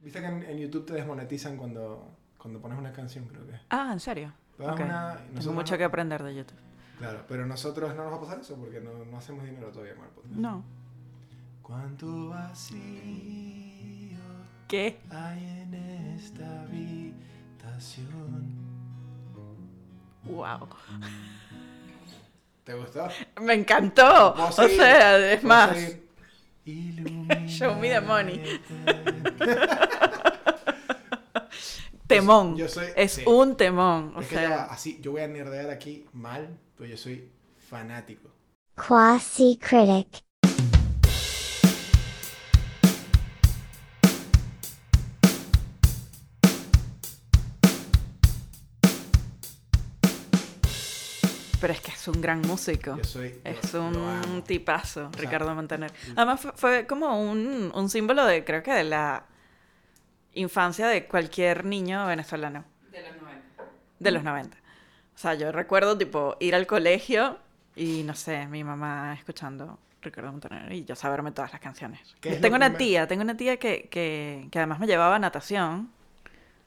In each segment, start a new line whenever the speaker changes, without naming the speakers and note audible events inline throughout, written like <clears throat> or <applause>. Viste que en, en YouTube te desmonetizan cuando, cuando pones una canción, creo que.
Ah, ¿en serio?
Pones
Ok.
una-
Tengo
nosotros
mucho
no-
que aprender de YouTube.
Claro, pero nosotros no nos va a pasar eso porque no, no hacemos dinero todavía con el podcast.
No.
¿Cuánto vacío
¿Qué?
hay en esta habitación?
¡Wow!
¿Te gustó?
¡Me encantó!
Vos
o
sí,
sea, es
vos
más.
sí.
<laughs> Show me the money.
Yo,
<laughs> Temón.
soy.
es
sí.
un temón. O
Es que ya va,
sea,
así, yo voy a nerdear aquí mal, pero yo soy fanático.
Quasi critic.
pero es que es un gran músico.
Yo soy. yo
Es
lo
un
amo.
tipazo,
sea, mm.
Ricardo Montaner. Además fue, fue como un, un símbolo de, creo que de la infancia de cualquier niño venezolano. De los 90. De los 90. O sea, yo recuerdo tipo ir al colegio y no sé, mi mamá escuchando Ricardo Montaner y yo saberme todas las canciones.
¿Qué es lo
Tengo una
primer-
tía, tengo una tía que, que, que además me llevaba a natación.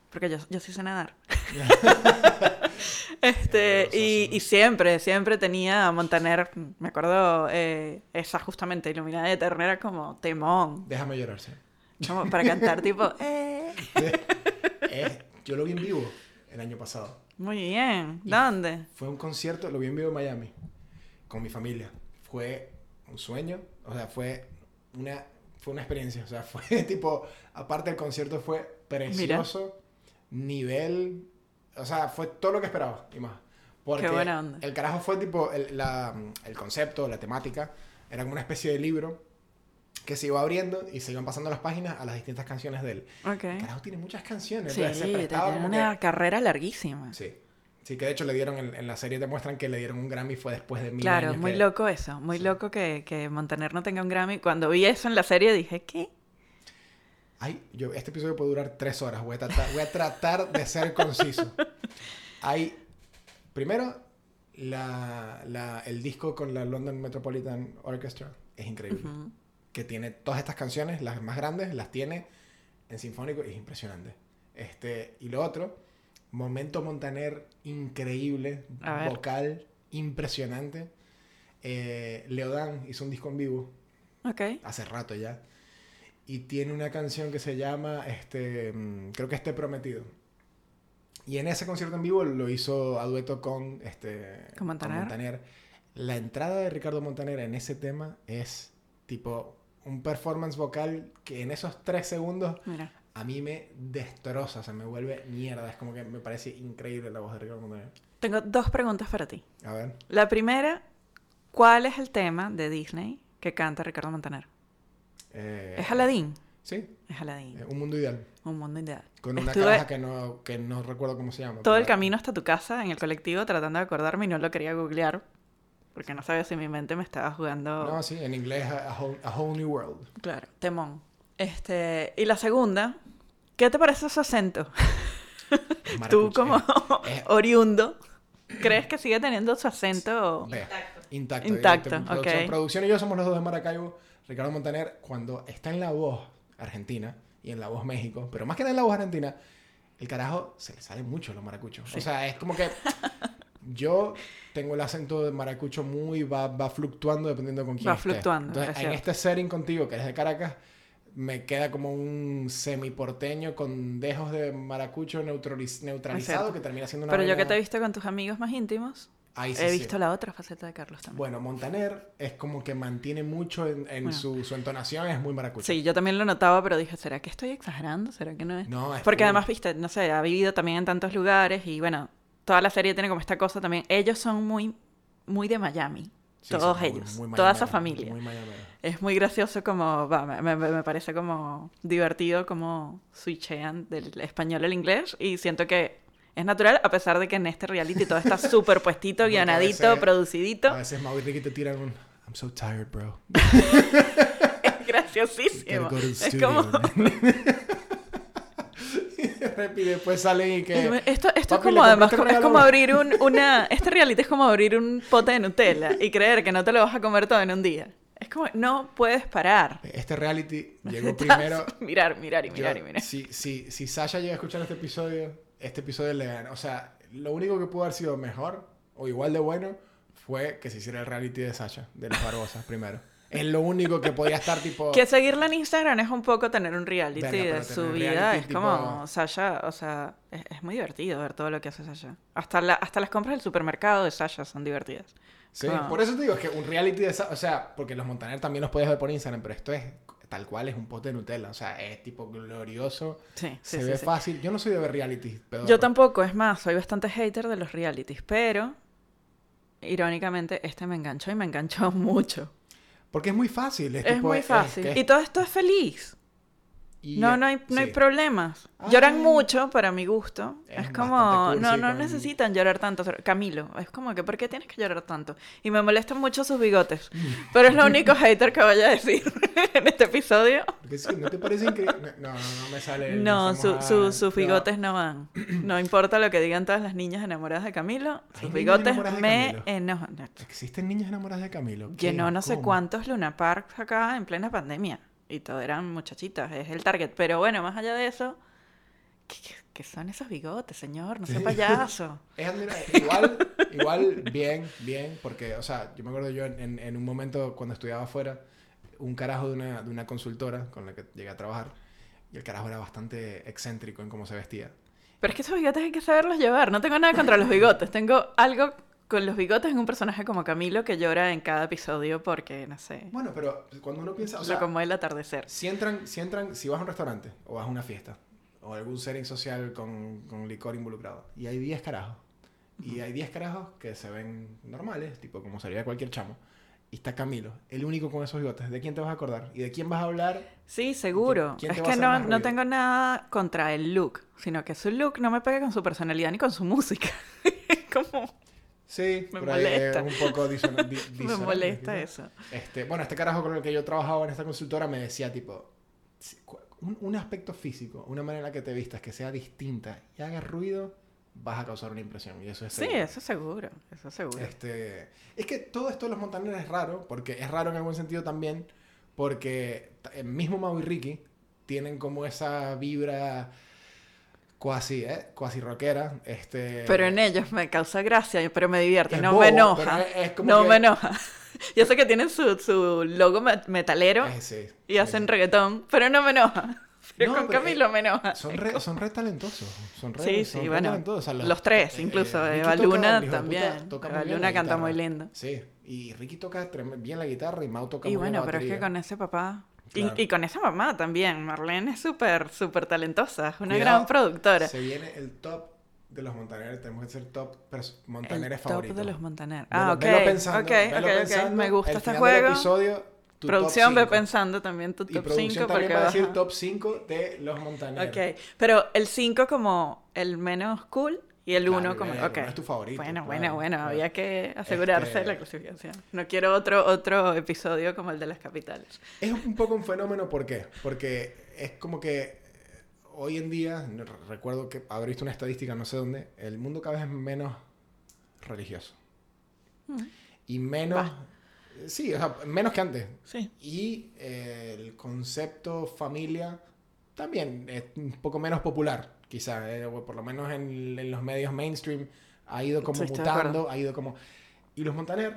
Porque yo, yo sí sé nadar.
<laughs>
<laughs> este, y, y siempre, siempre tenía a Montaner, me acuerdo, eh, esa justamente iluminada de ternera como temón,
Déjame llorarse.
como para <laughs> cantar tipo, eh.
Eh, yo lo vi en vivo el año pasado.
Muy bien, ¿dónde?
Fue un concierto, lo vi en vivo en Miami, con mi familia. Fue un sueño, o sea, fue una, fue una experiencia. O sea, <laughs> fue tipo, aparte el concierto fue precioso, nivel, o sea, fue todo lo que esperaba y más. Porque
buena onda.
el carajo fue tipo, el, la- el concepto, la temática, era como una especie de libro que se iba abriendo y se iban pasando las páginas a las distintas canciones de él. El
Ok.
carajo tiene muchas canciones,
¿Eh? Sí,
entonces se prestaba
tenía
como
una
que-
carrera larguísima.
Sí. Sí, que de hecho le dieron, en, en la serie te muestran que le dieron un Grammy fue después de mil
Claro,
años
muy
que-
loco eso, muy
Sí.
loco que, que Montaner no tenga un Grammy. Cuando vi eso en la serie dije, ¿qué?
Ay, yo, este episodio puede durar tres horas. Voy a tratar, voy a tratar de ser conciso. Hay, primero, la, la- el disco con la London Metropolitan Orchestra. Es increíble.
Ujú.
Que tiene todas estas canciones, las más grandes, las tiene en sinfónico. Es impresionante. Este, y lo otro, momento Montaner increíble,
A ver.
vocal impresionante. Eh, Leodan hizo un disco en vivo
Ok.
hace rato ya. Y tiene una canción que se llama, este, mm, creo que Esté Prometido. Y en ese concierto en vivo lo hizo a dueto con, este,
Con Montaner.
La entrada de Ricardo Montaner en ese tema es tipo un performance vocal que en esos tres segundos
Mira.
a mí me destroza, se me vuelve mierda. Es como que me parece increíble la voz de Ricardo Montaner.
Tengo dos preguntas para ti.
A ver,
La primera, ¿cuál es el tema de Disney que canta Ricardo Montaner?
eh,
¿Es Aladdin?
Sí,
Es Aladdin.
eh, Un Mundo Ideal.
Un mundo ideal.
Con una
Estuve
caraja que no, que no recuerdo cómo se llama.
todo el
pero-
camino hasta tu casa en el colectivo tratando de acordarme y no lo quería googlear porque no sabía si mi mente me estaba jugando.
No, sí, en inglés a, a whole, a whole new world.
Claro, temón. Este, y la segunda, ¿qué te parece ese acento? Tú
Maracucho,
como
eh.
<laughs> oriundo, ¿crees que sigue teniendo su acento?
ve, Intacto.
Intacto,
directo.
ok.
Producción, producción y yo somos los dos de Maracaibo. Ricardo Montaner, cuando está en la voz argentina y en la voz México, pero más que nada en la voz argentina, el carajo se le sale mucho a los maracuchos. O sea, es como que yo tengo el acento de maracucho muy, va, va fluctuando dependiendo con quién
Va
esté.
fluctuando,
Entonces,
es
en
cierto.
este setting contigo, que eres de Caracas, me queda como un semiporteño con dejos de maracucho neutraliz- neutralizado
cierto.
que termina siendo una
Pero yo que
vaina-
te he visto con tus amigos más íntimos,
Ahí eh. sí,
he
sí.
visto la otra faceta de Carlos también.
Bueno, Montaner es como que mantiene mucho en, en
Bueno.
su, su entonación, es muy maracucho.
Sí, yo también lo notaba, pero dije, ¿será que estoy exagerando? ¿Será que no es?
No, es
Porque
full.
además, viste, no sé, ha vivido también en tantos lugares y bueno, toda la serie tiene como esta cosa también. Ellos son muy, muy de Miami,
Sí,
todos
son muy-
ellos,
muy
toda
mayamero,
esa familia.
Muy mayamero.
Es muy gracioso como, va, me, me- me parece como divertido como switchean del español al inglés y siento que es natural a pesar de que en este reality
<laughs>
todo está súper puestito,
Porque a
guionadito,
veces-
producidito.
A veces Mau y Ricky te tiran un I'm so tired,
<laughs>
bro.
Es
Gotta
graciosísimo.
go to the
Es
studio.
como...
man". <laughs> y después sale y que
Esto, esto es
"Papi, le
como además
compraste un
co- es
regalo".
como abrir
<laughs>
un, una... Este reality es como abrir un pote de Nutella y creer que no te lo vas a comer todo en un día. Es como, no puedes parar.
Este
<laughs>
reality llegó
Necesitas
primero.
Mirar, mirar y mirar
Yo-
y mirar.
Si, si, si Sasha llega a escuchar este episodio, este episodio le ganó. O sea, lo único que pudo haber sido mejor o igual de bueno fue que se hiciera el reality de Sasha, de los Barbosas primero. Es lo único que podía estar
<laughs>
tipo.
Que seguirla en Instagram es un poco tener un reality
Verga, pero
de su
tener
vida.
reality
Es como
tipo-
Sasha, o sea, es, es muy divertido ver todo lo que hace Sasha. Hasta, la, hasta las compras del supermercado de Sasha son divertidas.
Sí,
como-
por eso te digo, es que un reality de Sasha. O sea, porque los Montaner también los podías ver por Instagram, pero esto es tal cual, es un pot de Nutella. O sea, es tipo glorioso.
Sí, sí,
se
sí,
ve
sí.
fácil. Yo no soy de ver reality, pero.
Yo tampoco, es más, soy bastante hater de los realities, pero irónicamente este me enganchó y me enganchó <laughs> mucho.
Porque es muy fácil. Es,
Es
tipo,
muy
es-
fácil.
es-
Y todo esto es feliz.
y-
No, no hay, no hay
sí.
problemas.
Ay.
Lloran mucho para mi gusto.
Es
Es, como,
bastante
no,
cursi
no
con-
necesitan llorar tanto. Camilo, es como que, ¿por qué tienes que llorar tanto? Y me molestan mucho
<laughs>
sus bigotes. Pero es lo único hater que voy a decir <laughs> en este episodio.
Porque sí, ¿no te parece increíble? No, no, no me sale. el
No,
Eh, nos
su-
vamos
su-
a-
sus
No.
bigotes no
<clears throat>
van. No importa lo que digan todas las niñas enamoradas de Camilo,
Hay
sus
niñas
bigotes
enamoradas de
me
Camilo.
enojan. No,
¿Existen niñas enamoradas de Camilo? ¿Qué?
Llenó no sé
¿Cómo?
cuántos Luna Parks acá en plena pandemia. Y todo eran muchachitas, es el target. Pero bueno, más allá de eso, ¿qué, qué- qué son esos bigotes, señor? No sea
<laughs>
payaso.
Es admira- igual, igual, bien, bien, porque, o sea, yo me acuerdo yo en, en- en un momento cuando estudiaba afuera, un carajo de una, de una consultora con la que llegué a trabajar, y el carajo era bastante excéntrico en cómo se vestía.
Pero es que esos bigotes hay que saberlos llevar. No tengo nada contra los bigotes. Tengo algo con los bigotes en un personaje como Camilo que llora en cada episodio porque, no sé,
Bueno, pero cuando uno piensa, o sea,
lo como el atardecer.
si entran, si entran, si vas a un restaurante o vas a una fiesta o algún setting social con, con licor involucrado y hay 10 carajos y hay 10 carajos que se ven normales, tipo como sería cualquier chamo. Y está Camilo, el único con esos bigotes. ¿De quién te vas a acordar? ¿Y de quién vas a hablar?
Sí, seguro.
quién te
es
va a
que
hacer
no,
más
no
ruido?
tengo nada contra el look, sino que su look no me pega con su personalidad ni con su música. <laughs> Es como
Sí,
Me
por ahí, eh,
molesta.
un
<laughs>
poco disona- di-
me
disonante,
molesta
¿no?
eso.
Este, bueno, este carajo con el que yo trabajaba en esta consultora me decía, tipo, si- cu- un, un aspecto físico, una manera en la que te vistas que sea distinta y haga ruido, vas a causar una impresión. Y eso es
Sí,
seguro.
eso seguro, eso seguro.
Este, es que todo esto de los montaneros es raro, porque es raro en algún sentido también, porque t- eh, mismo Mau y Ricky tienen como esa vibra cuasi, eh, cuasi rockera. Este,
Pero en ellos me causa gracia, pero me divierte,
Es
no
bobo,
me
pero
enoja.
es- es como
no
que-
me enoja. <laughs> Yo sé que tienen su, su logo me- metalero
eh, sí,
y
sí,
hacen
sí.
reggaetón, pero no me enoja. <laughs> Pero
No,
con
pero,
Camilo
eh,
me enoja.
Son re, son re talentosos. Son re,
Sí,
son
sí,
re
bueno,
talentosos. O sea, eh,
los tres, incluso,
Ricky
Eva
toca-
Luna
el hijo de puta
también.
toca
Eva
muy bien
Luna
la
canta muy
guitarra.
lindo.
Sí, y Ricky toca trem- bien la guitarra y Mau toca
Y
muy bien
bueno,
la
pero es que
batería.
con ese papá. y-
Claro.
Y, con esa mamá también. Marlene es súper, súper talentosa. Es una
Cuidado,
gran productora.
Se viene el top de los montaneros. Tenemos que ser top pers-
El
montaneres
top
favoritos.
de los
Velo-
Montaner. Ah, ok.
velo pensando,
ok,
velo
ok, ok.
pensando.
Me gusta
El
este
final del
juego.
episodio, tu top
producción ve
cinco.
pensando también tu
Y
top
producción
5.
también
Porque
va a decir
baja.
top 5 de los montaneros.
Ok. Pero el 5 como el menos cool y el
Claro,
1
el
como.
uno
ok.
es tu favorito,
Bueno,
claro,
bueno, bueno.
claro.
Había que asegurarse de la
Este-
clasificación. No quiero otro, otro episodio como el de las capitales.
Es un poco un fenómeno, ¿por qué? Porque es como que eh, hoy en día, no re- recuerdo que haber visto una estadística, no sé dónde, el mundo cada vez es menos religioso.
Mm.
Y menos... Sí, o sea, menos que antes.
Sí.
Y eh, el concepto familia también es un poco menos popular, quizá, eh, o por lo menos en, en los medios mainstream ha ido como
Sí, estoy de
mutando, ha ido como... Y los Montaner,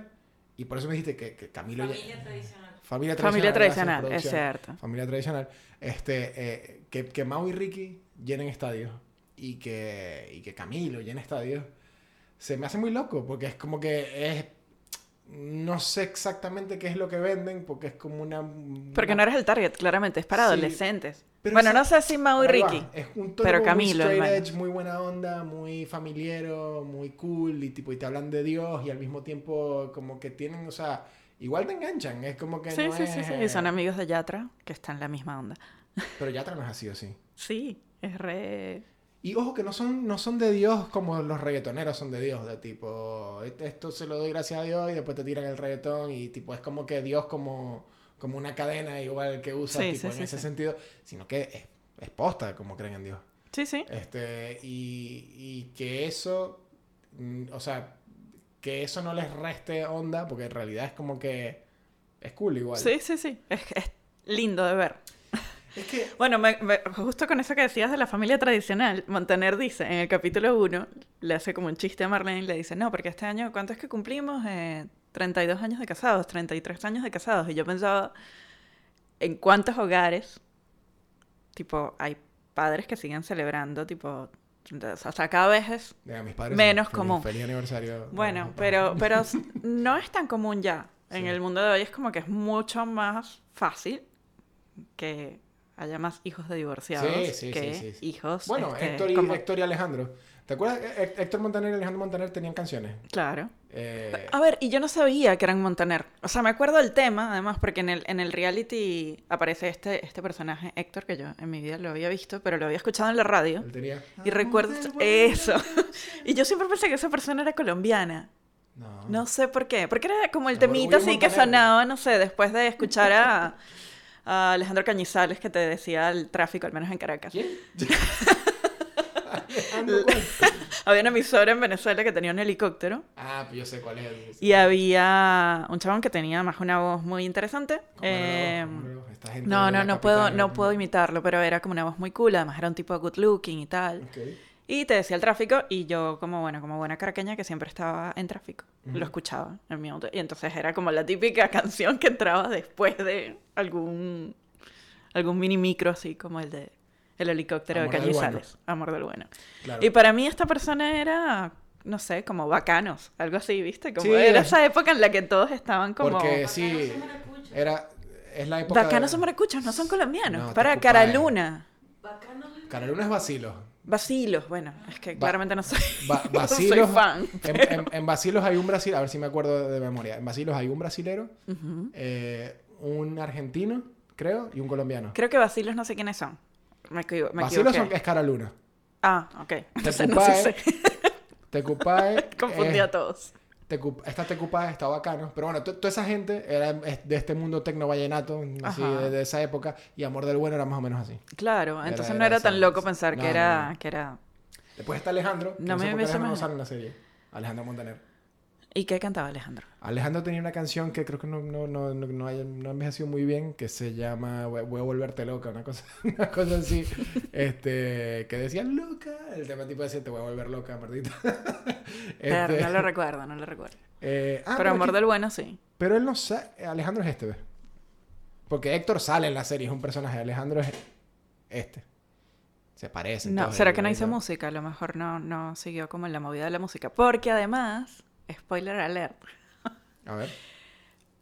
y por eso me dijiste que, que Camilo... ya-
Familia tradicional.
Familia tradicional.
Familia tradicional,
gracias,
es
producción.
cierto.
Familia tradicional. Este, eh, que, que Mau y Ricky llenen estadios y que, y que Camilo llene estadios, se me hace muy loco porque es como que es... No sé exactamente qué es lo que venden porque es como una...
Porque no eres el target, claramente. Es para
Sí,
adolescentes.
pero
bueno,
esa-
no sé si Mau y
Ahí va.
Ricky.
Es un tono
pero
como
Camilo,
muy straight
hermano.
edge, muy buena onda, muy familiero, muy cool y tipo y te hablan de Dios y al mismo tiempo como que tienen, o sea, igual te enganchan, es como que
Sí,
no
sí, sí, sí. Y
es- eh,
son amigos de Yatra, que están en la misma onda.
Pero ya no es así o sí.
Sí, es re...
Y ojo que no son, no son de Dios como los reggaetoneros son de Dios, de tipo, "Este- esto se lo doy gracias a Dios y después te tiran el reggaetón y tipo, es como que Dios como, como una cadena igual que usa
Sí,
tipo,
sí,
en
sí,
ese
sí.
sentido, sino que es, es posta como creen en Dios.
Sí, sí.
Este, y, y que eso, mm, o sea, que eso no les reste onda, porque en realidad es como que Es cool igual.
Sí, sí, sí. Es, es lindo de ver.
Es que
Bueno, me- me- justo con eso que decías de la familia tradicional, Montaner dice en el capítulo 1, le hace como un chiste a Marlene y le dice, no, porque este año, ¿cuánto es que cumplimos? Eh, 32 años de casados, 33 años de casados. Y yo pensaba, ¿en cuántos hogares, tipo, hay padres que siguen celebrando, tipo, o sea, cada vez es
Mira, mis padres.
Menos
feliz-
común.
Feliz aniversario.
bueno,
Papá.
pero, pero s- no es tan común ya. En
Sí.
el mundo de hoy es como que es mucho más fácil que haya más hijos de divorciados
Sí, sí,
que
sí, sí, sí.
hijos.
Bueno,
este,
Héctor, y,
como-
Héctor y Alejandro. ¿Te acuerdas? Hé- Hé- Héctor Montaner y Alejandro Montaner tenían canciones.
Claro.
Eh,
A ver, y yo no sabía que eran Montaner. O sea, me acuerdo del tema, además, porque en el, en el reality aparece este, este personaje, Héctor, que yo en mi vida lo había visto, pero lo había escuchado en la radio.
él tenía.
Y recuerdo eso. <laughs> y yo siempre pensé que esa persona era colombiana.
No.
No sé por qué. Porque era como el
El orgullo
temita así que
montanero.
sonaba, no sé, después de escuchar a, <laughs> a Alejandro Cañizales que te decía el tráfico, al menos en Caracas. <laughs>
¿Quién? Alejandro, ¿cuál?
Había una emisora en Venezuela que tenía un helicóptero
ah, pues yo sé cuál es.
y había un chabón que tenía más una voz muy interesante.
¿Cómo era,
Eh,
cómo era? Esta gente
no,
de la
no, no
capital
puedo,
era
no
como-
puedo imitarlo, pero era como una voz muy cool, además era un tipo good looking y tal.
Ok.
Y te decía el tráfico y yo como bueno, como buena caraqueña que siempre estaba en tráfico,
Ujú.
lo escuchaba en mi auto y entonces era como la típica <laughs> canción que entraba después de algún algún mini micro así como el de el helicóptero
Amor
de
del bueno.
Cañizales, Amor del bueno.
Claro.
Y pues, para mí esta persona era no sé, como bacanos, algo así, ¿viste? Como
Sí,
era
es-
esa época en la que todos estaban como
Porque sí.
son maracuchos.
Era. Es la época.
bacanos son
de...
maracuchos, no son colombianos.
No, te
para
ocupa, eh.
Caraluna,
Bacanos es
Carolina es Basilos.
Basilos, bueno, es que
Ba-
claramente no soy,
Ba-
<laughs> no soy
Basilos-
fan.
<laughs> En, en, en Basilos hay un brasil, a ver si me acuerdo de memoria. En Basilos hay un brasilero,
Ujú.
eh, un argentino, creo, y un colombiano.
Creo que vacilos no sé quiénes son. Me, equivo- me
Basilos son-
equivoqué.
es cara luna.
Ah, <laughs> ok.
Te
Entonces no sí
ocupae,
sé. <laughs>
Tecupae.
Confundí
eh,
a todos.
Tecu- esta Tecupa está bacano, pero bueno, to- toda esa gente era es de este mundo tecno vallenato, así
Ajá.
de, de esa época, y Amor del Bueno era más o menos así.
Claro, entonces no
era
era
esa-
tan loco pensar
no,
que
no,
era...
no.
Que era...
Después está Alejandro, que
No
no,
me
sé por qué
ves a
Alejandro no
más.
sale en la serie, Alejandro Montaner.
¿Y qué cantaba Alejandro?
Alejandro tenía una canción que creo que no, no, no, no, no, haya- no ha envejecido muy bien, que se llama Voy voy a volverte loca, una cosa, <laughs> una cosa así, este, que decía loca, el tema tipo decía te voy a volver loca, <laughs> Martita.
Pero
Este,
no <laughs> lo recuerdo, no lo recuerdo.
eh, ah,
Pero
por
Amor
aquí-
del Bueno sí.
Pero él no sale. Alejandro es este, ¿ves? Porque Héctor sale en la serie, es un personaje. Alejandro es este. Se parece.
No,
entonces,
¿será
el-
que no
el-
hizo música? A lo mejor no, no siguió como en la movida de la música. Porque además, spoiler alert,
A ver.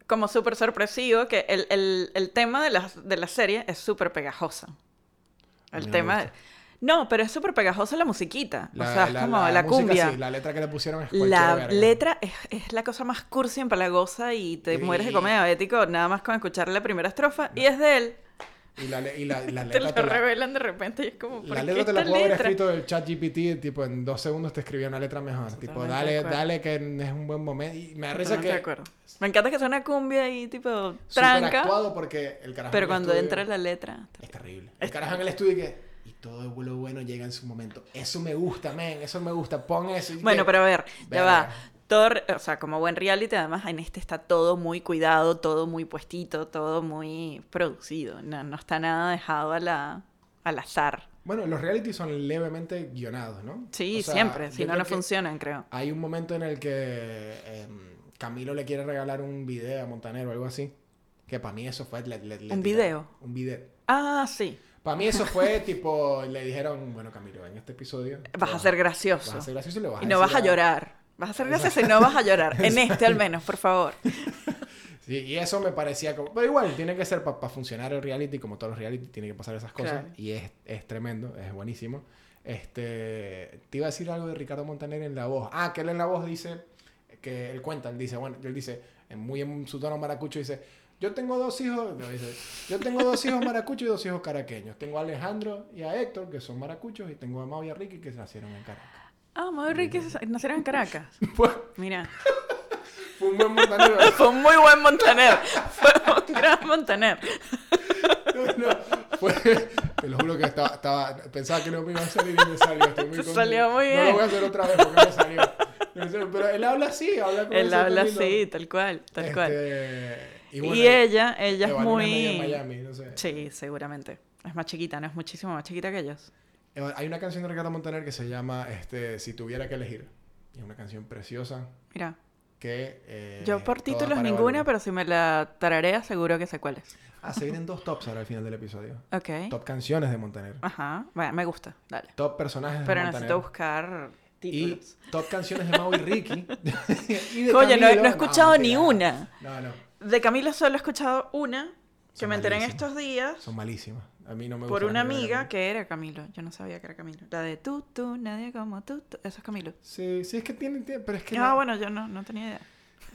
como súper sorpresivo que el, el- el tema de la, de la serie es súper pegajoso.
A mí
El
no me
tema...
gusta.
No, pero es súper pegajosa la musiquita. o sea, es como la,
música,
cumbia.
sí, la letra que le pusieron es cualquier
La
verga.
letra es, es la cosa más cursi, empalagosa y te
Sí.
mueres de comer diabético nada más con escuchar la primera estrofa. Y es de él.
Y la, le- y la, la
<laughs>
letra
Te lo
te la,
revelan de repente y es como. ¿por
la
qué
letra te la
esta
puedo haber
letra?
escrito el chat GPT, tipo en dos segundos te escribía una letra mejor. tipo,
Totalmente de
dale,
acuerdo.
dale que es un buen momento. Y me da risa
Totalmente de
que
acuerdo. Me encanta que suena cumbia y tipo
súper
tranca.
actuado porque el carajo. en
Pero
el
cuando
estudio-
entra la letra.
Es terrible. El carajo en el estudio y que. Y todo lo bueno llega en su momento. Eso me gusta, men. Eso me gusta. Pon eso. y
Bueno,
que-
pero a ver, ya
Verga.
va. Todo, re- o sea, como buen reality, además en este está todo muy cuidado, todo muy puestito, todo muy producido. No, no está nada dejado a la, al azar.
Bueno, los reality son levemente guionados, ¿no?
Sí,
O sea,
siempre.
yo
Si no,
creo
no
que
funcionan, creo.
Hay un momento en el que em, Camilo le quiere regalar un video a Montanero o algo así. Que para mí eso fue... le- le- le tiraron-
¿Un video?
Un video.
Ah, sí.
Para mí eso fue <laughs> tipo... Le dijeron, bueno Camilo, en este episodio... te
Vas a ser gracioso.
Vas a ser gracioso y le vas
y
a
no vas
decir
a llorar. Vas a ser gracioso y no vas a llorar. En este al menos,
<laughs>
por favor.
Sí, y eso me parecía como... Pero igual, tiene que ser para funcionar el reality, como todos los reality, tiene que pasar esas cosas.
Claro.
Y es, es tremendo, es buenísimo. Este, te iba a decir algo de Ricardo Montaner en La Voz. Ah, que él en La Voz dice, que él cuenta, él dice, bueno, él dice, en muy en su tono maracucho, dice, yo tengo dos hijos, no, dice, yo tengo dos hijos maracuchos y dos hijos caraqueños. Tengo a Alejandro y a Héctor, que son maracuchos, y tengo a Mau y a Ricky, que nacieron en Caracas. <laughs>
Ah, muy rico. Nacieron en Caracas.
Fue
Mira.
<laughs> fue un buen Montaner. ¿verdad?
Fue un muy buen Montaner. <laughs> Fue un gran Montaner.
No, fue- te lo juro que estaba, estaba- pensaba que no me iba a salir y me salió. Estoy muy
Te
contento.
salió muy
No lo
bien.
voy a hacer otra vez porque me salió. No sé, Pero él habla así, habla con
Él
ese
habla
tonito.
así, tal cual, tal cual.
Este,
Y,
bueno,
ella, ella es
Eva Luna medio en
muy...
Miami, no sé.
Sí, seguramente. Es más chiquita, ¿no? Es muchísimo más chiquita que ellos.
Eva- Hay una canción de Ricardo Montaner que se llama este, Si tuviera que elegir. Y es una canción preciosa
Mira,
que... eh,
yo por
toda
títulos
para
ninguna,
Eva Luna.
pero si me la tararea seguro que sé cuál es.
Ah, se vienen dos tops ahora al final del episodio.
Ok.
Top canciones de Montaner.
Ajá. Bueno, me gusta. Dale.
Top personajes de
Ah. Pero
Montaner.
necesito buscar
y
títulos.
top canciones de Mau y Ricky. <laughs> Y de
Oye, no, he-
Camilo.
no he escuchado ni
mentira.
una.
No, no.
De Camila solo he escuchado una, que
Son
me enteré en
malísimas.
estos días
Son malísimas. A mí no me
por
gustan
una
las canciones de
amiga
Camilo.
que era Camilo. Yo no sabía que era Camilo. La de tú, tú, nadie como tú, tú. Eso es Camilo.
Sí, sí, es que tienen... tienen- Pero es que
Ah,
no-
bueno, yo no, no tenía idea.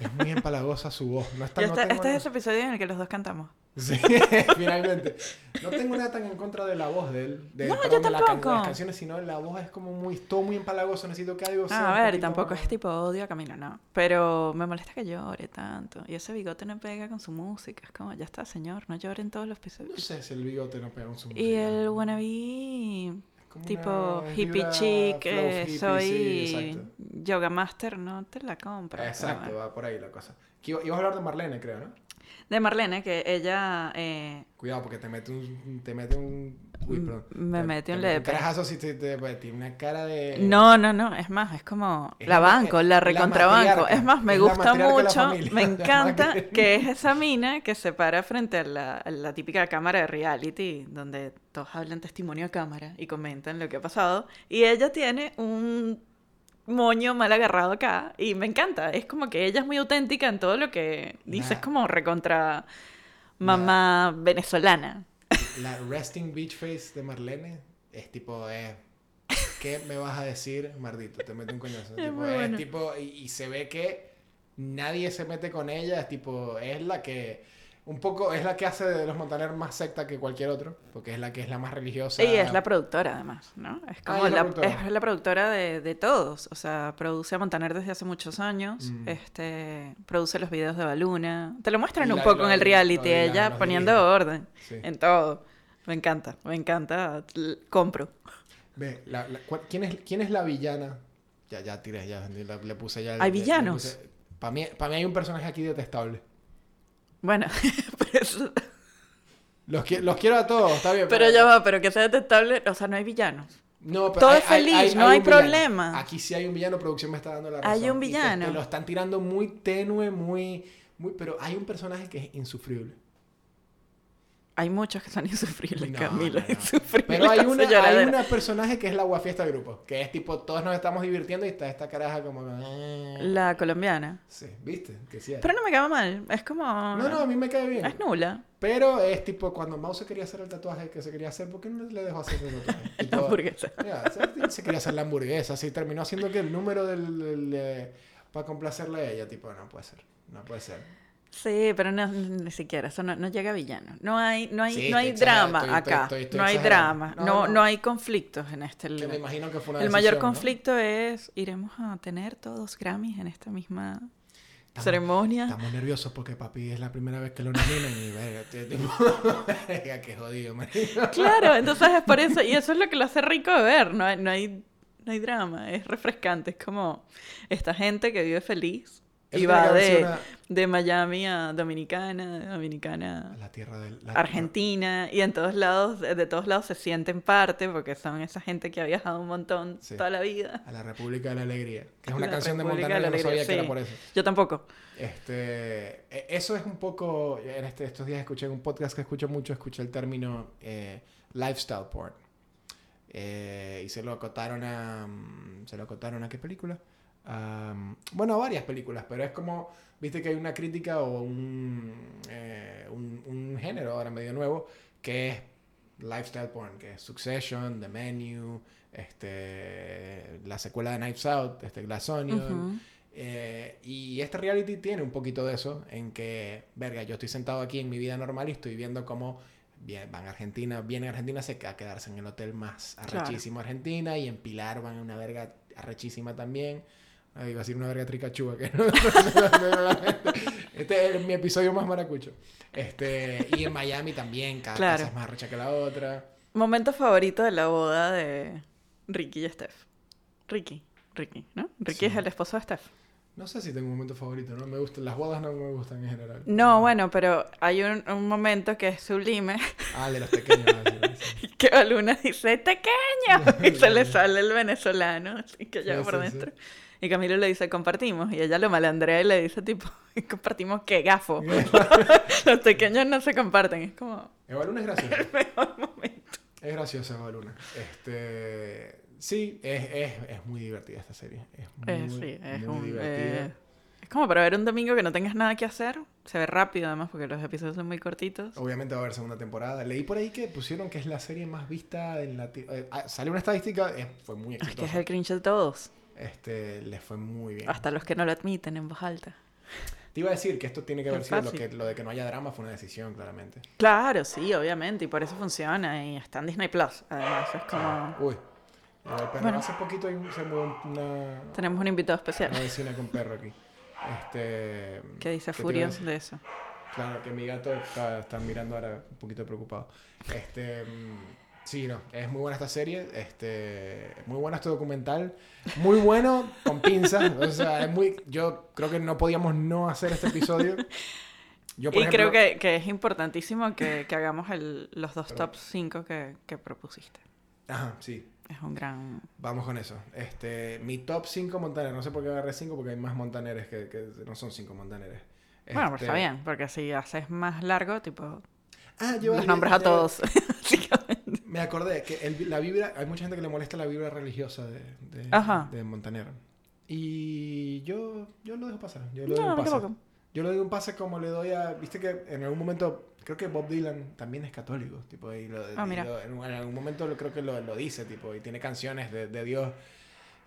es muy empalagosa su voz. No está,
Ya
no
está-
tengo
este es
nada-
ese episodio en el que los dos cantamos.
Sí,
<laughs>
<laughs> finalmente. No tengo nada tan en contra de la voz de él. De,
No, yo
perdón, de la can- de
tampoco.
las canciones, sino la voz es como muy, todo muy empalagoso. Necesito que algo sea
Ah,
un
a ver, y
poquito
tampoco
más-
es tipo odio a Camilo, no. Pero me molesta que llore tanto. Y ese bigote no pega con su música. Es como, ya está, señor, no llore en todos los
No
episodios.
sé si el bigote no pega en su
Y
música.
el wannabe,
Como
tipo
una- es
hippie
vibra
chic,
flow
eh,
hippie,
soy
sí, exacto.
yoga master, no te la compro.
Exacto,
pero bueno.
va por ahí la cosa. Que iba- Ibas a hablar de Marlene, creo, ¿no?
De Marlene, que ella eh,
Cuidado, porque te mete un. Te mete un. Uy,
M-
perdón.
Mm, me
Te-
metió
te
un
mete
lepe.
carajazo si te, te- pues, tiene una cara de.
No, no, no, es más, es como
Es
la
la-
banco, la
la
recontrabanco.
matriarca,
Es más, me
es la
gusta
matriarca de la
mucho,
familia,
me
<laughs> la
encanta
madre.
que es esa mina que se para frente a la, a la típica cámara de reality, donde todos hablan testimonio a cámara y comentan lo que ha pasado. Y ella tiene un moño mal agarrado acá y me encanta. Es como que ella es muy auténtica en todo lo que
Nah.
dice, es como recontra mamá venezolana.
La resting beach face de Marlene es tipo de. ¿Qué me vas a decir, Mardito? Te mete un coñazo.
<laughs> Es
tipo,
muy bueno.
tipo- y, y se ve que nadie se mete con ella. Es tipo, es la que. Un poco es la que hace de los Montaner más secta que cualquier otro. Porque es la que es la más religiosa.
y es la productora, además, ¿no? Es como
Ah, es la
la,
productora.
es la productora de, de todos. O sea, produce a Montaner desde hace muchos años.
Mm.
Este, produce los videos de Baluna. Te lo muestran
Y
un
la-
poco
lo-
en el
lo-
reality,
lo-
ella
los
poniendo
dirige.
orden
Sí.
en todo. Me encanta, me encanta. L- Compro.
Ve, la- la- cuál- ¿quién, es, ¿quién es la villana? Ya, ya tiré, ya le, le puse ya.
¿Hay villanos?
Para mí, pa' mí hay un personaje aquí detestable.
Bueno, <laughs> pero,
Los, qui- los quiero a todos, está bien.
pero ya va, pero que sea detectable. O sea, no hay villanos.
No, pero
Todo es feliz, no hay
un villano.
problema.
Aquí sí hay un villano, producción me está dando la razón.
Hay un
y te-
villano.
Te, lo están tirando muy tenue, muy, muy... Pero hay un personaje que es
<laughs>
insufrible.
Hay muchos que son insufribles,
No,
Camila.
no, no.
Insufribles.
Pero hay
hace
una, hay
<laughs> lloradera.
una personaje que es la guafiesta del grupo. Que es tipo, todos nos estamos divirtiendo y está esta caraja como... "Ah".
La colombiana.
Sí, ¿viste? Que sí hay.
Pero no me cae mal. Es como.
No, no, a mí me cae bien.
Es nula.
Pero es tipo, cuando Mao se quería hacer el tatuaje que se quería hacer, ¿por qué no le dejó hacer el
<laughs>
tatuaje?
La
Tipo,
hamburguesa.
mira, se, se quería hacer la hamburguesa, así terminó haciendo que el número del, para complacerle a ella, tipo, no puede ser, no puede ser.
Sí, pero no, ni siquiera, eso no, no llega a villano. No hay, no hay,
Sí,
no
estoy
hay
exagerando,
drama
estoy- estoy-
acá.
estoy- estoy
no hay
exagerando.
drama.
No,
No, no,
no.
hay conflictos en este
Que me
libro.
imagino que fue una
El mayor
decisión, ¿no?
conflicto es iremos a tener todos Grammys en esta misma
Estamos-
ceremonia.
Estamos nerviosos porque papi es la primera vez que lo nominan y verga, tío, tipo, verga, qué jodido, man.
<laughs> Claro, entonces es por eso y eso es lo que lo hace rico de ver. No hay, no hay, no hay drama, es refrescante. Es como esta gente que vive feliz
Eso
y
tiene que
va
haber sido
de,
una-
de Miami a Dominicana, de Dominicana
La tierra del... la-
Argentina y en todos lados, de todos lados se sienten parte porque son esa gente que ha viajado un montón
Sí.
toda la vida.
A la República de la Alegría, que es una
La
canción
República
de
de la
Montaner, no
Alegría,
sabía que era
sí.
por eso.
Yo tampoco.
Este, e- eso es un poco, en este- estos días escuché en un podcast que escucho mucho, escuché el término eh, lifestyle porn. Eh, y se lo acotaron a, mm, se lo acotaron a qué película? A, mm, bueno, a varias películas, pero es como, viste que hay una crítica o un, eh, un, un género ahora medio nuevo que es lifestyle porn, que es Succession, The Menu, este, la secuela de Knives Out, este, Glass Onion,
Ujú.
eh, y este reality tiene un poquito de eso, en que, verga, yo estoy sentado aquí en mi vida normal y estoy viendo cómo vie- van a Argentina, vienen a Argentina se, a quedarse en el hotel más
Claro.
arrechísimo Argentina y en Pilar van a una verga arrechísima también. Ay, iba a decir una verga tricachúa, que no- <laughs> Este es mi episodio más maracucho. Este, y en Miami también, cada
Claro.
casa es más arrecha que la otra.
Momento favorito de la boda de Ricky y Steph. Ricky, Ricky, ¿no? Ricky
Sí.
es el esposo de Steph.
No sé si tengo un momento favorito, ¿no? Me gustan, las bodas no me gustan en general.
No, bueno, pero hay un, un momento que es sublime, <laughs>
Ah, el de los pequeños. ah, sí, sí.
que Baluna dice,
<laughs>
pequeño, y se le sale el venezolano, así que ya
Sí,
por
sí, sí.
dentro. Y Camilo le dice, compartimos, y ella lo malandrea y le dice, tipo, <laughs> compartimos qué gafo. <laughs> Los pequeños no se comparten, es como <laughs>
Eva Luna es graciosa.
el <laughs> mejor momento.
Es graciosa Eva Luna. Este... Sí, es, es, es muy divertida esta serie. Es muy,
Eh, sí, es
muy
un,
divertida.
eh, es como para ver un domingo que no tengas nada que hacer. Se ve rápido además porque los episodios son muy cortitos.
Obviamente va a haber segunda temporada. Leí por ahí que pusieron que es la serie más vista en la... salió una estadística, eh, fue muy
Es que es
exitosa.
el cringe de todos,
Este, les fue muy bien.
hasta los que no lo admiten en voz alta.
Te iba a decir que esto tiene que
Qué
haber sido lo,
fácil.
que, lo de que no haya drama fue una decisión, claramente.
Claro, sí, obviamente, y por eso funciona, y está en Disney Plus, además, es como...
Uy. Llegó el perro.
Ah. Bueno.
Hace poquito hay un- se mudó una,
Tenemos un invitado
una
especial
vecina con perro aquí. Este, ¿qué
que dice
te iba a
Furio
decir?
de eso.
Claro, que mi gato está, está mirando ahora un poquito preocupado. Este, mm, sí, no, es muy buena esta serie, este, muy bueno este documental, muy bueno con pinzas, o sea, es muy, yo creo que no podíamos no hacer este episodio. Yo, por
Y
ejemplo,
creo que, que es importantísimo que, que hagamos el- los dos
Perdón.
top 5 que, que propusiste.
Ajá, sí,
Es un gran...
vamos con eso. Este, mi top 5 montaneros, no sé por qué agarré 5 porque hay más montaneres que, que no son 5 montaneres.
Bueno, pero
Este,
está bien, porque si haces más largo, tipo,
Ah, yo
los nombres a
yo-
todos. <laughs> básicamente.
Me acordé que el- la vibra, hay mucha gente que le molesta la vibra religiosa de, de,
Ajá.
de Montaner. Y yo, yo lo dejo pasar. Yo lo
No,
doy
a
un
mí
pase.
tampoco.
Yo le doy un pase como le doy a. Viste que en algún momento, creo que Bob Dylan también es católico. Tipo, y lo-
Ah,
y
mira.
lo- en, en algún momento lo- creo que lo, lo dice, tipo, y tiene canciones de, de Dios.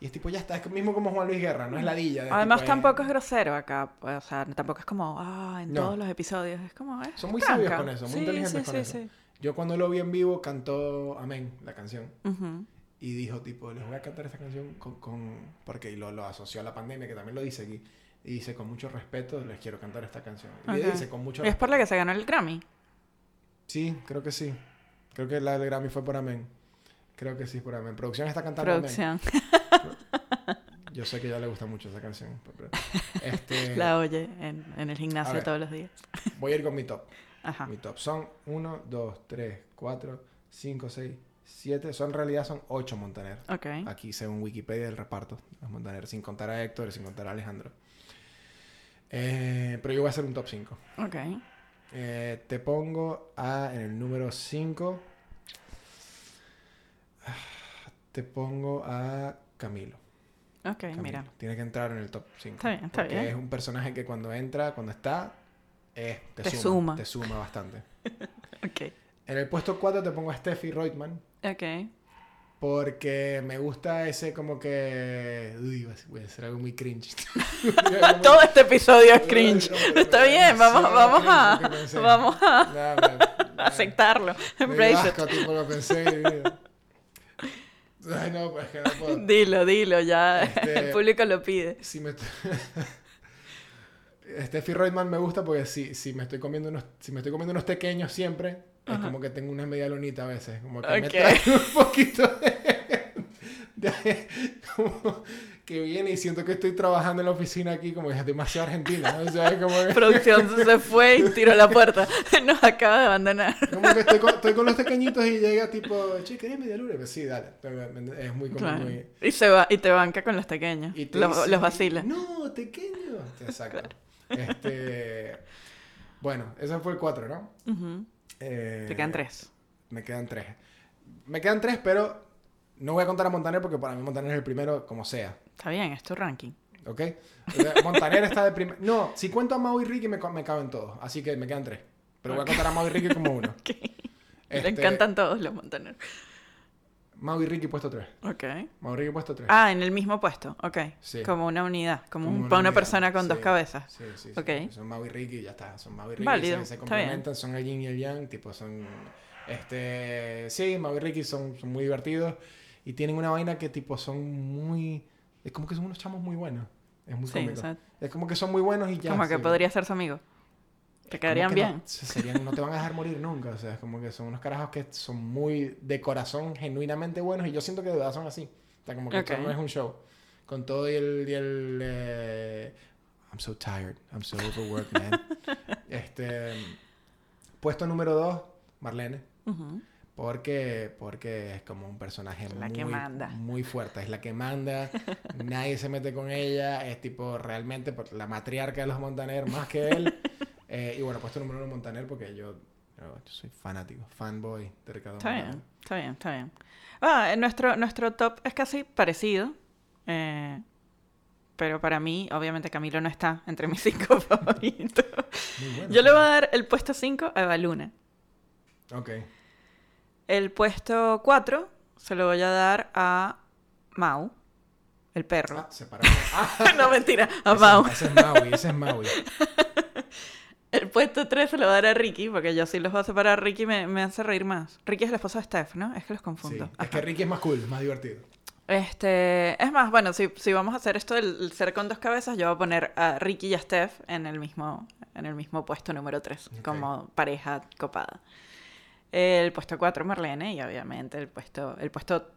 Y es tipo, ya está, es mismo como Juan Luis Guerra, no es ladilla. es
Además,
tipo, eh,
tampoco es grosero acá. pues, O sea, tampoco es como, ah, en
No.
todos los episodios. Es como, eh,
Son muy
tranca.
sabios con eso, muy
Sí,
inteligentes
sí,
con
sí,
eso.
sí.
Yo cuando lo vi en vivo cantó Amén, la canción.
Ujú.
y dijo tipo les voy a cantar esta canción con, con- porque y lo, lo asoció a la pandemia que también lo dice aquí y dice con mucho respeto les quiero cantar esta canción y le
Ok.
dice con mucho
Y es por la que se ganó el Grammy.
sí creo que sí creo que la del Grammy fue por Amén creo que sí por Amén producción está cantando
Producción.
Amén yo sé que ya le gusta mucho esa canción
<laughs>
pero- este,
La oye en, en el
A
gimnasio
ver.
todos los días.
voy a ir con mi top
Ajá.
mi top son 1 2 3 4 5 6 7 son en realidad son 8 Montaner
Ok.
Aquí según Wikipedia el reparto de los Montaner, sin contar a Héctor, sin contar a Alejandro. Eh, pero yo voy a hacer un top 5.
Ok.
te pongo a, en el número 5. <sighs> Te pongo a Camilo.
Ok,
Camilo.
mira.
Tiene que entrar en el top 5.
Está bien, está
porque
bien.
es un personaje que cuando entra, cuando está, es- te,
Te
suma,
suma.
Te suma bastante.
Ok.
En el puesto 4 te pongo a Steffi Reutemann.
Ok.
Porque me gusta ese como que... Uy, voy a hacer algo muy cringe.
<laughs>
<laughs>
Todo este episodio es cringe. Está bien, vamos,
Sí,
vamos
cringe, lo que
a,
pensé.
vamos a
No, me-
<laughs> aceptarlo.
me dio
Embrace it.
asco, tipo, lo pensé y digo, Ay, no, pues que no puedo.
<laughs> Dilo, dilo, ya
Este-
el público lo pide.
Si me... <laughs> Steffi Reutemann me gusta porque si, si, me estoy comiendo unos, si me estoy comiendo unos pequeños siempre, es como que tengo una media lunita a veces. Como que me
Ok.
trae un poquito de... de- como que viene y siento que estoy trabajando en la oficina aquí como que es demasiado argentina. O sea, es como que...
Producción se fue y tiró la puerta. <laughs> Nos acaba de abandonar.
Como que estoy con, estoy con los pequeñitos y llega tipo, che, ¿querés media luna? Y yo, Sí, dale. Es muy como
Claro.
muy...
Y se va, y te banca con los pequeños.
Y te
los,
dice,
los vacila.
No, pequeño. Exacto. Este, bueno, ese fue el 4, ¿no?
Ujú.
Mm. Eh,
Te quedan tres.
Me quedan 3. Me quedan 3, pero no voy a contar a Montaner porque para mí Montaner es el primero, como sea.
Está bien, es tu ranking. <laughs>
¿Ok? O sea, Montaner está de primero. No, si cuento a Mau y Ricky me, ca- me caben todos. Así que me quedan 3. Pero voy a contar a Mau y Ricky como uno.
Ok. Le
Este,
encantan todos los Montaner.
Mau y Ricky puesto 3.
Ok.
Mau y Ricky puesto 3.
Ah, en el mismo puesto. Ok.
Pues Sí.
Como una unidad. Como,
Como
un-
una
para una
unidad,
persona con dos
sí,
cabezas.
Sí, sí, sí.
Ok.
Son Mau y Ricky y ya está. Son Mau y Ricky.
Válido,
Se, se
está bien.
complementan, son el yin y el yang. Tipo, son... Este... Sí, Mau y Ricky son, son muy divertidos. Y tienen una vaina que tipo son muy... Es como que son unos chamos muy buenos. Es muy
Sí,
cómico.
o sea,
Es como que son muy buenos y ya.
como que
sí.
podría ser su amigo. Te
Como
quedarían
que no-
bien.
se- serían- no te van a dejar morir nunca. O sea, es como que son unos carajos que son muy de corazón, genuinamente buenos. Y yo siento que de verdad son así. O sea, como que esto
Ok.
no es un show. con todo y el... y el, eh, I'm so tired, I'm so overworked,
<laughs>
man. este, puesto número dos, Marlene.
Ujú.
Porque, porque es como un personaje
La
muy,
que manda.
muy fuerte, es la que
<laughs>
manda, nadie se mete con ella, es tipo realmente por- la matriarca de los Montaner más que
<laughs>
él. Eh, y bueno, puesto número uno Montaner porque yo, yo soy fanático, fanboy de Ricardo
Está
Montaner.
bien, está bien, está bien. Ah, eh, nuestro, nuestro top es casi parecido. eh, pero para mí, obviamente, Camilo no está entre mis <laughs> cinco favoritos.
Muy bueno.
Yo le voy a dar el puesto 5 a Eva Luna.
Ok,
El puesto 4 se lo voy a dar a Mau, el
<laughs>
perro.
ah, separado.
<laughs>
Ah,
no, mentira, a
ese-
Mau.
Ese es Maui, ese es
<laughs>
Maui.
El puesto 3 se lo voy a dar a Ricky, porque yo sí los voy a separar. Ricky me, me hace reír más. Ricky es el esposo de Steph, ¿no? Es que los
Sí.
confundo.
Es que Ricky es más cool, más divertido.
Este, es más, bueno, si, si vamos a hacer esto del el ser con dos cabezas, yo voy a poner a Ricky y a Steph en el mismo, en el mismo puesto número 3,
Ok.
como pareja copada. El puesto 4, Marlene, y obviamente el puesto, el puesto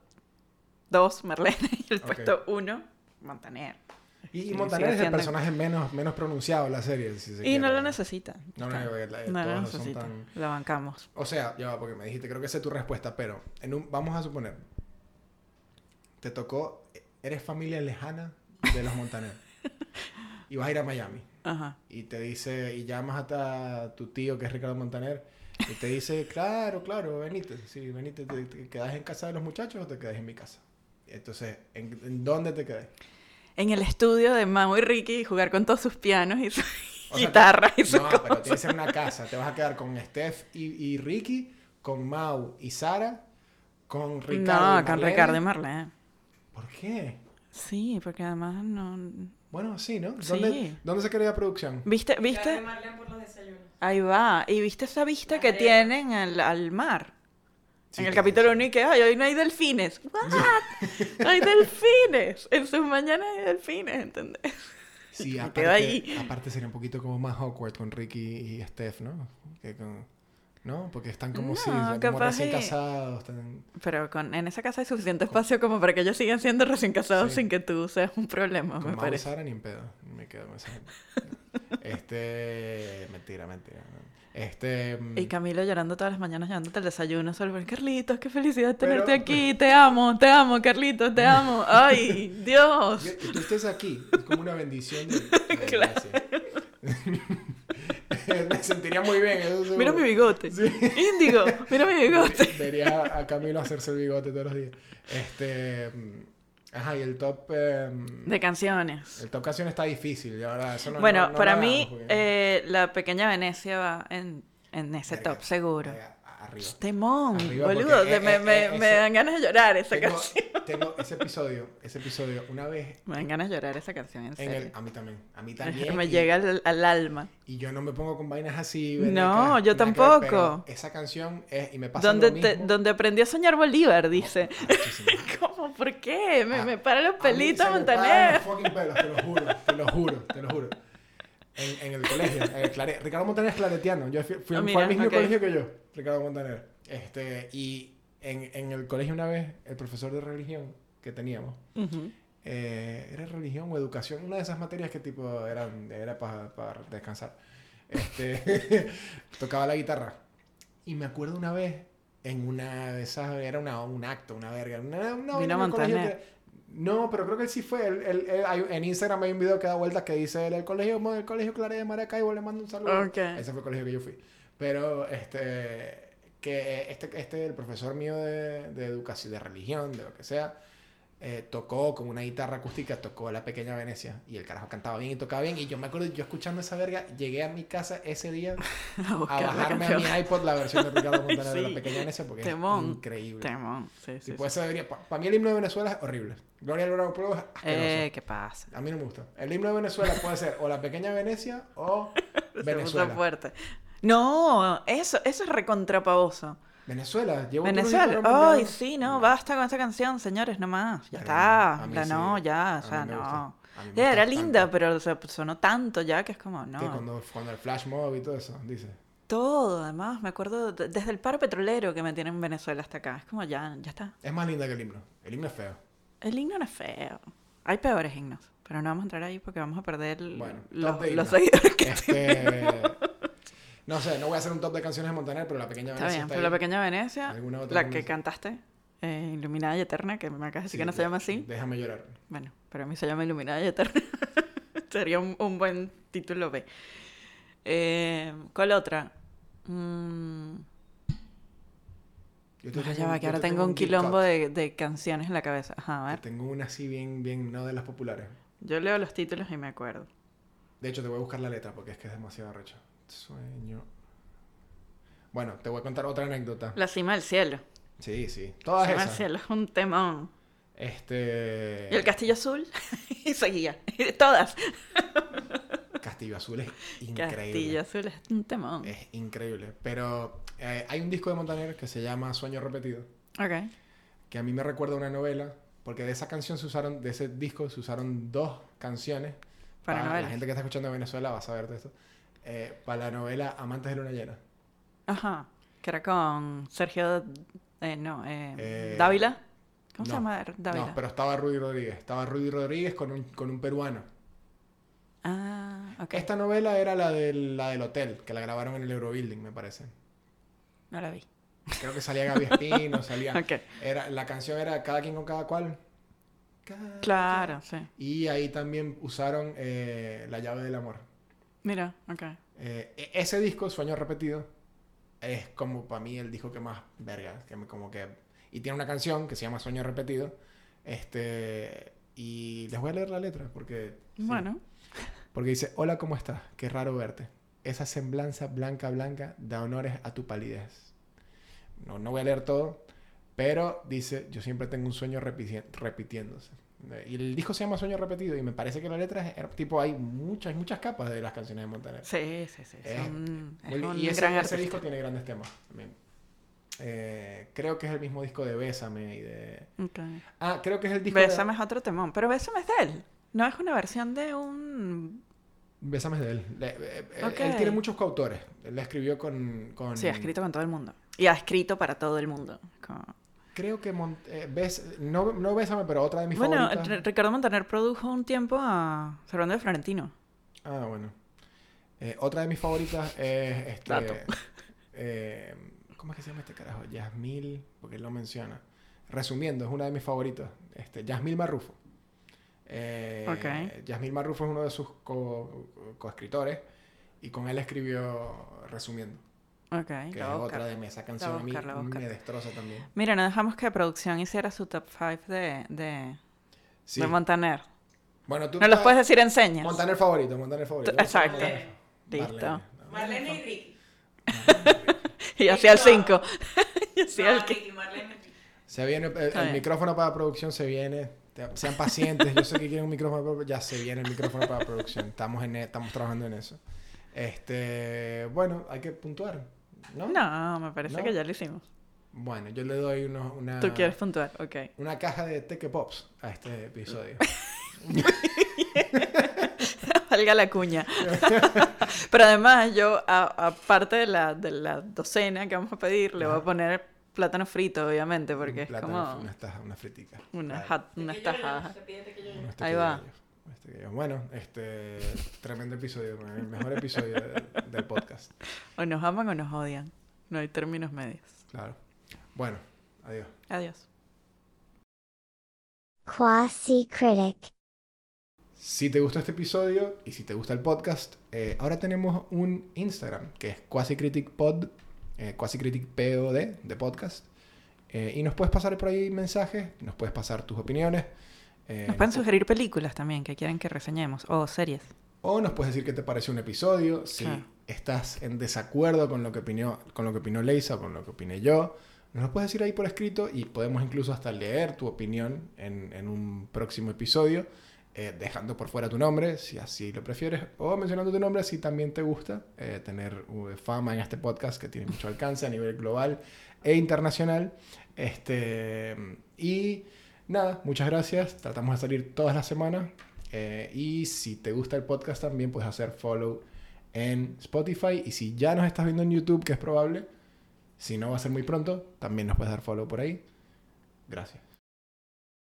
2, Marlene, y el
Ok.
puesto 1, Montaner.
Y, y
Sí,
Montaner
sigue
es el
siendo-
personaje menos, menos pronunciado de la serie. Si se
Y no
quiere.
lo necesita.
No,
Está.
no, eh, la- eh,
No lo
todos no son
necesita.
tan-
Lo bancamos.
O sea, ya va, porque me dijiste, creo que esa es tu respuesta, pero en un, vamos a suponer, te tocó, eres familia lejana de los
<laughs>
Montaner y vas a ir a Miami
Ajá.
y te dice, y llamas hasta tu tío que es Ricardo Montaner y te dice, claro, claro, venite, sí, venite, te, te quedas en casa de los muchachos o te quedas en mi casa. Entonces, ¿en, en dónde te quedas?
En el estudio de Mau y Ricky, jugar con todos sus pianos y sus
O sea,
guitarras y sus
No,
cosas.
pero tiene que ser una casa. Te vas a quedar con Steph y, y Ricky, con Mau y Sara, con Ricardo.
no,
y
con
Marlene.
Ricardo y Marlene.
¿Por qué?
Sí, porque además no.
Bueno, sí, ¿no?
Sí.
¿Dónde, ¿dónde se quería producción?
¿Viste?
Carne
¿Viste?
Marlene por los desayunos.
Ahí va. ¿Y viste esa vista
Las
que
arepas.
tienen al, al mar?
Sí,
en el
sí,
capítulo
sí.
1 y que, ay, hoy no
<laughs>
hay delfines. ¿What? No hay delfines. En sus mañanas hay delfines, ¿entendés?
Sí,
<laughs> Me
aparte,
quedo ahí.
aparte sería un poquito como más awkward con Ricky y Steph, ¿no? Que con- ¿No? Porque están como
No,
si como
capaz
recién
y-
casados. están-
Pero con, en esa casa hay suficiente espacio como para que ellos sigan siendo recién casados
Sí.
sin que tú seas un problema,
Con
me
Mau y
parece.
Sara ni en pedo. Me quedo con esa
<laughs>
gente. Este... Mentira, mentira. Este...
Y Camilo llorando todas las mañanas, llevándote el desayuno, solo por Carlitos, qué felicidad tenerte
Pero- <laughs>
aquí, te amo, te amo, Carlitos, te amo, ay, Dios.
Que, que tú estés aquí es como una bendición
<laughs>
de, de
Claro.
gracia. <laughs> Me sentiría muy bien. Eso seguro.
Mira mi bigote.
Sí.
Índigo, mira mi bigote.
<laughs> Vería a Camilo hacerse el bigote todos los días. Este. mm, Ajá, y el top. eh,
De canciones.
El top canción está difícil, la verdad. Eso no,
bueno,
no- no
para
lo
mí,
hagamos, porque-
eh, la pequeña Venecia va en, en ese
Verga,
top, seguro.
eh, arriba.
Es Temón,
Arriba,
boludo.
porque,
te-
eh,
me,
eh,
me-
eh,
me
ese-
dan ganas de llorar esa
Tengo,
canción. <laughs>
tengo ese episodio, ese episodio, una vez
Me dan ganas de llorar esa canción, en
en el.
serio.
A mí también. A
<laughs>
mí <laughs> también.
me
y-
llega al, al alma.
Y yo no me pongo con vainas así.
No,
veneca,
yo
nada que ver, pero
tampoco.
Esa canción es. Y me pasa
Donde,
lo
te-
mismo.
donde aprendí a soñar Bolívar, dice. <laughs>
No, muchísimo.
¿Cómo? ¿Por qué? Me,
Ah,
me para los
A mí se
pelitos,
me paran
Montaner.
los fucking pelos, te lo juro, te lo juro, te lo juro. En, en el colegio, en el clare- Ricardo Montaner es claretiano. Yo fui, fui-
Ah,
fue
mira,
al mismo
ok.
colegio que yo, Ricardo Montaner. Este, y en, en el colegio una vez, el profesor de religión que teníamos,
Ujú.
eh, era religión o educación, una de esas materias que tipo eran, era para descansar. Este, <laughs> tocaba la guitarra. Y me acuerdo una vez, en una de esas, era una, un acto, una verga. Una, una
Vino
en el colegio
Montaner.
que- no, pero creo que él sí fue. Él- él- él- hay- en Instagram hay un video que da vueltas que dice él, el colegio, el colegio Clare de Maracaibo, le mando un saludo.
Ok. <laughs>
Ese fue el colegio que yo fui. Pero este, que este, este el profesor mío de, de educación, de religión, de lo que sea, eh, tocó con una guitarra acústica, tocó La Pequeña Venecia. Y el carajo cantaba bien y tocaba bien. Y yo me acuerdo, yo escuchando esa verga, llegué a mi casa ese
<laughs>
día
A
a
buscar la
bajarme a
canción.
mi iPod la versión de Ricardo Montaner de La
<laughs> Sí.
Pequeña Venecia porque
Temón.
es increíble.
Temón, sí, sí.
Tipo,
sí.
esa debería... Para mí el himno de Venezuela es horrible. Gloria al Bravo Pueblo es asqueroso.
Eh, ¿qué pasa?
A mí no me gusta. El himno de Venezuela puede ser o La Pequeña Venecia o
<laughs> Se puso
Venezuela.
fuerte. No, eso, eso es recontrapavoso.
Venezuela. Llevo todo el
Venezuela.
Instagram
Ay,
mirando-
sí, no, basta con esa canción, señores, nomás. Ya está.
A mí
Ya
sí.
no, ya,
A
o
mí
sea,
me
no.
gusta. A mí me
Ya,
gusta
era
bastante.
linda, pero o sea, sonó tanto ya que es como,
Que
no.
cuando, cuando el flash mob y todo eso, dice.
Todo, además, me acuerdo de- desde el paro petrolero que me tienen en Venezuela hasta acá. Es como, ya, ya está.
Es más linda que el himno. El himno es feo.
El himno no es feo. Hay peores himnos, pero no vamos a entrar ahí porque vamos a perder l-
Bueno,
los,
top de
los
himnos.
seguidores que
Este,
<laughs>
no sé, no voy a hacer un top de canciones de Montaner, pero la pequeña
Está
Venecia
bien,
está
pero la
ahí.
pequeña Venecia,
¿Alguna otra
la
con
que
eso?
cantaste, eh, Iluminada y Eterna, que me acabas de decir que no se llama así.
Déjame llorar.
Bueno, para mí se llama Iluminada y Eterna. <laughs> Sería un, un buen título B. Eh, ¿Cuál otra? Mm,
Yo
ah, ya
un-
va, que
yo
ahora
te
tengo un
deep
quilombo
cut.
de, de canciones en la cabeza. Ajá, a
Te
ver.
Tengo una así bien, bien, no de las populares.
Yo leo los títulos y me acuerdo.
De hecho, te voy a buscar la letra porque es que es demasiado arrecho. Sueño. Bueno, te voy a contar otra anécdota.
La cima del cielo.
Sí, sí.
La
Todas
cima del
esas.
cielo es un temón.
Este.
Y el castillo azul. <laughs> y seguía. <laughs> Todas.
Castillo Azul es
Castillo
increíble. Eh,
azul es un temón.
Es increíble. Pero eh, hay un disco de Montaner que se llama Sueño Repetido,
Ok.
que a mí me recuerda a una novela, porque de esa canción se usaron, de ese disco se usaron dos canciones.
Para
La
novelas.
gente que está escuchando de Venezuela va a saber de esto. Eh, para la novela Amantes de Luna Llena.
Ajá. Que era con Sergio. eh, no, eh,
Eh,
Dávila. ¿Cómo se
no.
llama Dávila?
No, pero estaba Rudy Rodríguez. Estaba Rudy Rodríguez con un, con un peruano.
Ah, ok.
Esta novela era la del, la del hotel, que la grabaron en el Eurobuilding, me parece.
No la vi.
Creo que salía Gaby
<laughs>
Espino, salía...
Ok.
Era, la canción era Cada quien con cada cual. Cada
Claro, sí.
Y ahí también usaron eh, La llave del amor.
Mira, ok.
Eh, e- ese disco, Sueño Repetido, es como para mí el disco que más verga, que me- como que... Y tiene una canción que se llama Sueño Repetido. Este... Y les voy a leer la letra porque... sí.
Bueno,
Porque dice, hola, ¿cómo estás? Qué raro verte. Esa semblanza blanca, blanca da honores a tu palidez. No, no voy a leer todo, pero dice, yo siempre tengo un sueño repiti- repitiéndose. Eh, Y el disco se llama Sueño Repetido y me parece que la letra es, era- tipo, hay muchas, muchas capas de las canciones de Montaner.
sí, sí, sí.
Eh,
son- es
Muy-
un
y ese,
gran
ese
artista.
disco tiene grandes temas también. Eh, creo que es el mismo disco de Bésame y de...
Ok.
Ah, creo que es el disco
Bésame
de...
es otro temón. Pero Bésame es de él. No es una versión de un.
Bésame es de él. Le- eh, eh,
Ok.
Él tiene muchos coautores. Él la escribió con... con...
Sí, ha escrito con todo el mundo. Y ha escrito para todo el mundo. Como-
Creo que Mon- eh, Bes- no, no Bésame, pero otra de mis
Bueno,
favoritas.
R- Ricardo Montaner produjo un tiempo a Servando de Florentino.
Ah, bueno. Eh, otra de mis favoritas es este.
Dato.
<laughs> eh, ¿Cómo es que se llama este carajo? Yasmil, porque él lo menciona. Resumiendo, es una de mis favoritas. Este, Yasmil Marrufo. Eh,
Ok.
Yasmil Marrufo es uno de sus co- coescritores y con él escribió Resumiendo,
Ok.
que
La
es
voy a
otra
buscar.
de mis. Esa canción a,
buscar, la voy a
mí
buscar.
me destroza también.
Mira, no dejamos que producción hiciera su top 5 de, de,
Sí.
de Montaner.
Bueno, tú
No los
estás-
puedes decir en señas.
Montaner favorito, Montaner favorito.
Tú- exacto.
Marlene.
Listo.
Marlene.
Marlene y Ricky.
Y hacía el
No.
5. <laughs> y hacía
No,
el que.
Ricky, Marlene y Ricky.
Se viene, el,
Está
el
bien.
micrófono para producción se viene. Te- Sean pacientes, yo sé que quieren un micrófono para ya se viene el micrófono para producción. Estamos, en, e- estamos trabajando en eso. Este, bueno, hay que puntuar, ¿no?
No, me parece
No. Ah.
que ya lo hicimos.
Bueno, yo le doy unos- una,
Tú quieres puntuar, ok. <laughs>
una caja de Teque Pops a este episodio.
Valga la cuña. <laughs> Pero además, yo, a- aparte de la, de la docena que vamos a pedir, le voy a
Ajá.
poner plátano frito, obviamente, <laughs> porque
Un
es
plátano,
como
Unas tajas, unas friticas.
una
Claro.
ja- unas
Te quiero yo,
tajadas.
te pide, te quiero yo.
Unos
Ahí va.
tequeños, unos tequeños. Bueno, este, tremendo episodio, el mejor episodio de- del podcast.
O nos aman o nos odian. No hay términos medios.
Claro. Bueno, adiós.
Adiós.
Quasi critic.
Si te gustó este episodio y si te gusta el podcast, eh, ahora tenemos un Instagram que es QuasiCriticPod, eh, QuasiCriticPOD de podcast. Eh, y nos puedes pasar por ahí mensajes, nos puedes pasar tus opiniones. eh,
Nos pueden sugerir películas también que quieran que reseñemos o series.
o nos puedes decir qué te pareció un episodio, si
Claro.
estás en desacuerdo con lo que opinó, con lo que opinó Leisa, con lo que opiné yo. Nos lo puedes decir ahí por escrito y podemos incluso hasta leer tu opinión en, en un próximo episodio, eh, dejando por fuera tu nombre, si así lo prefieres, o mencionando tu nombre si también te gusta eh, tener uh, fama en este podcast que tiene mucho alcance a nivel global e internacional. Este, y nada, muchas gracias. Tratamos de salir todas las semanas. Eh, y si te gusta el podcast también puedes hacer follow en Spotify. Y si ya nos estás viendo en YouTube, que es probable, si no va a ser muy pronto, también nos puedes dar follow por ahí. Gracias.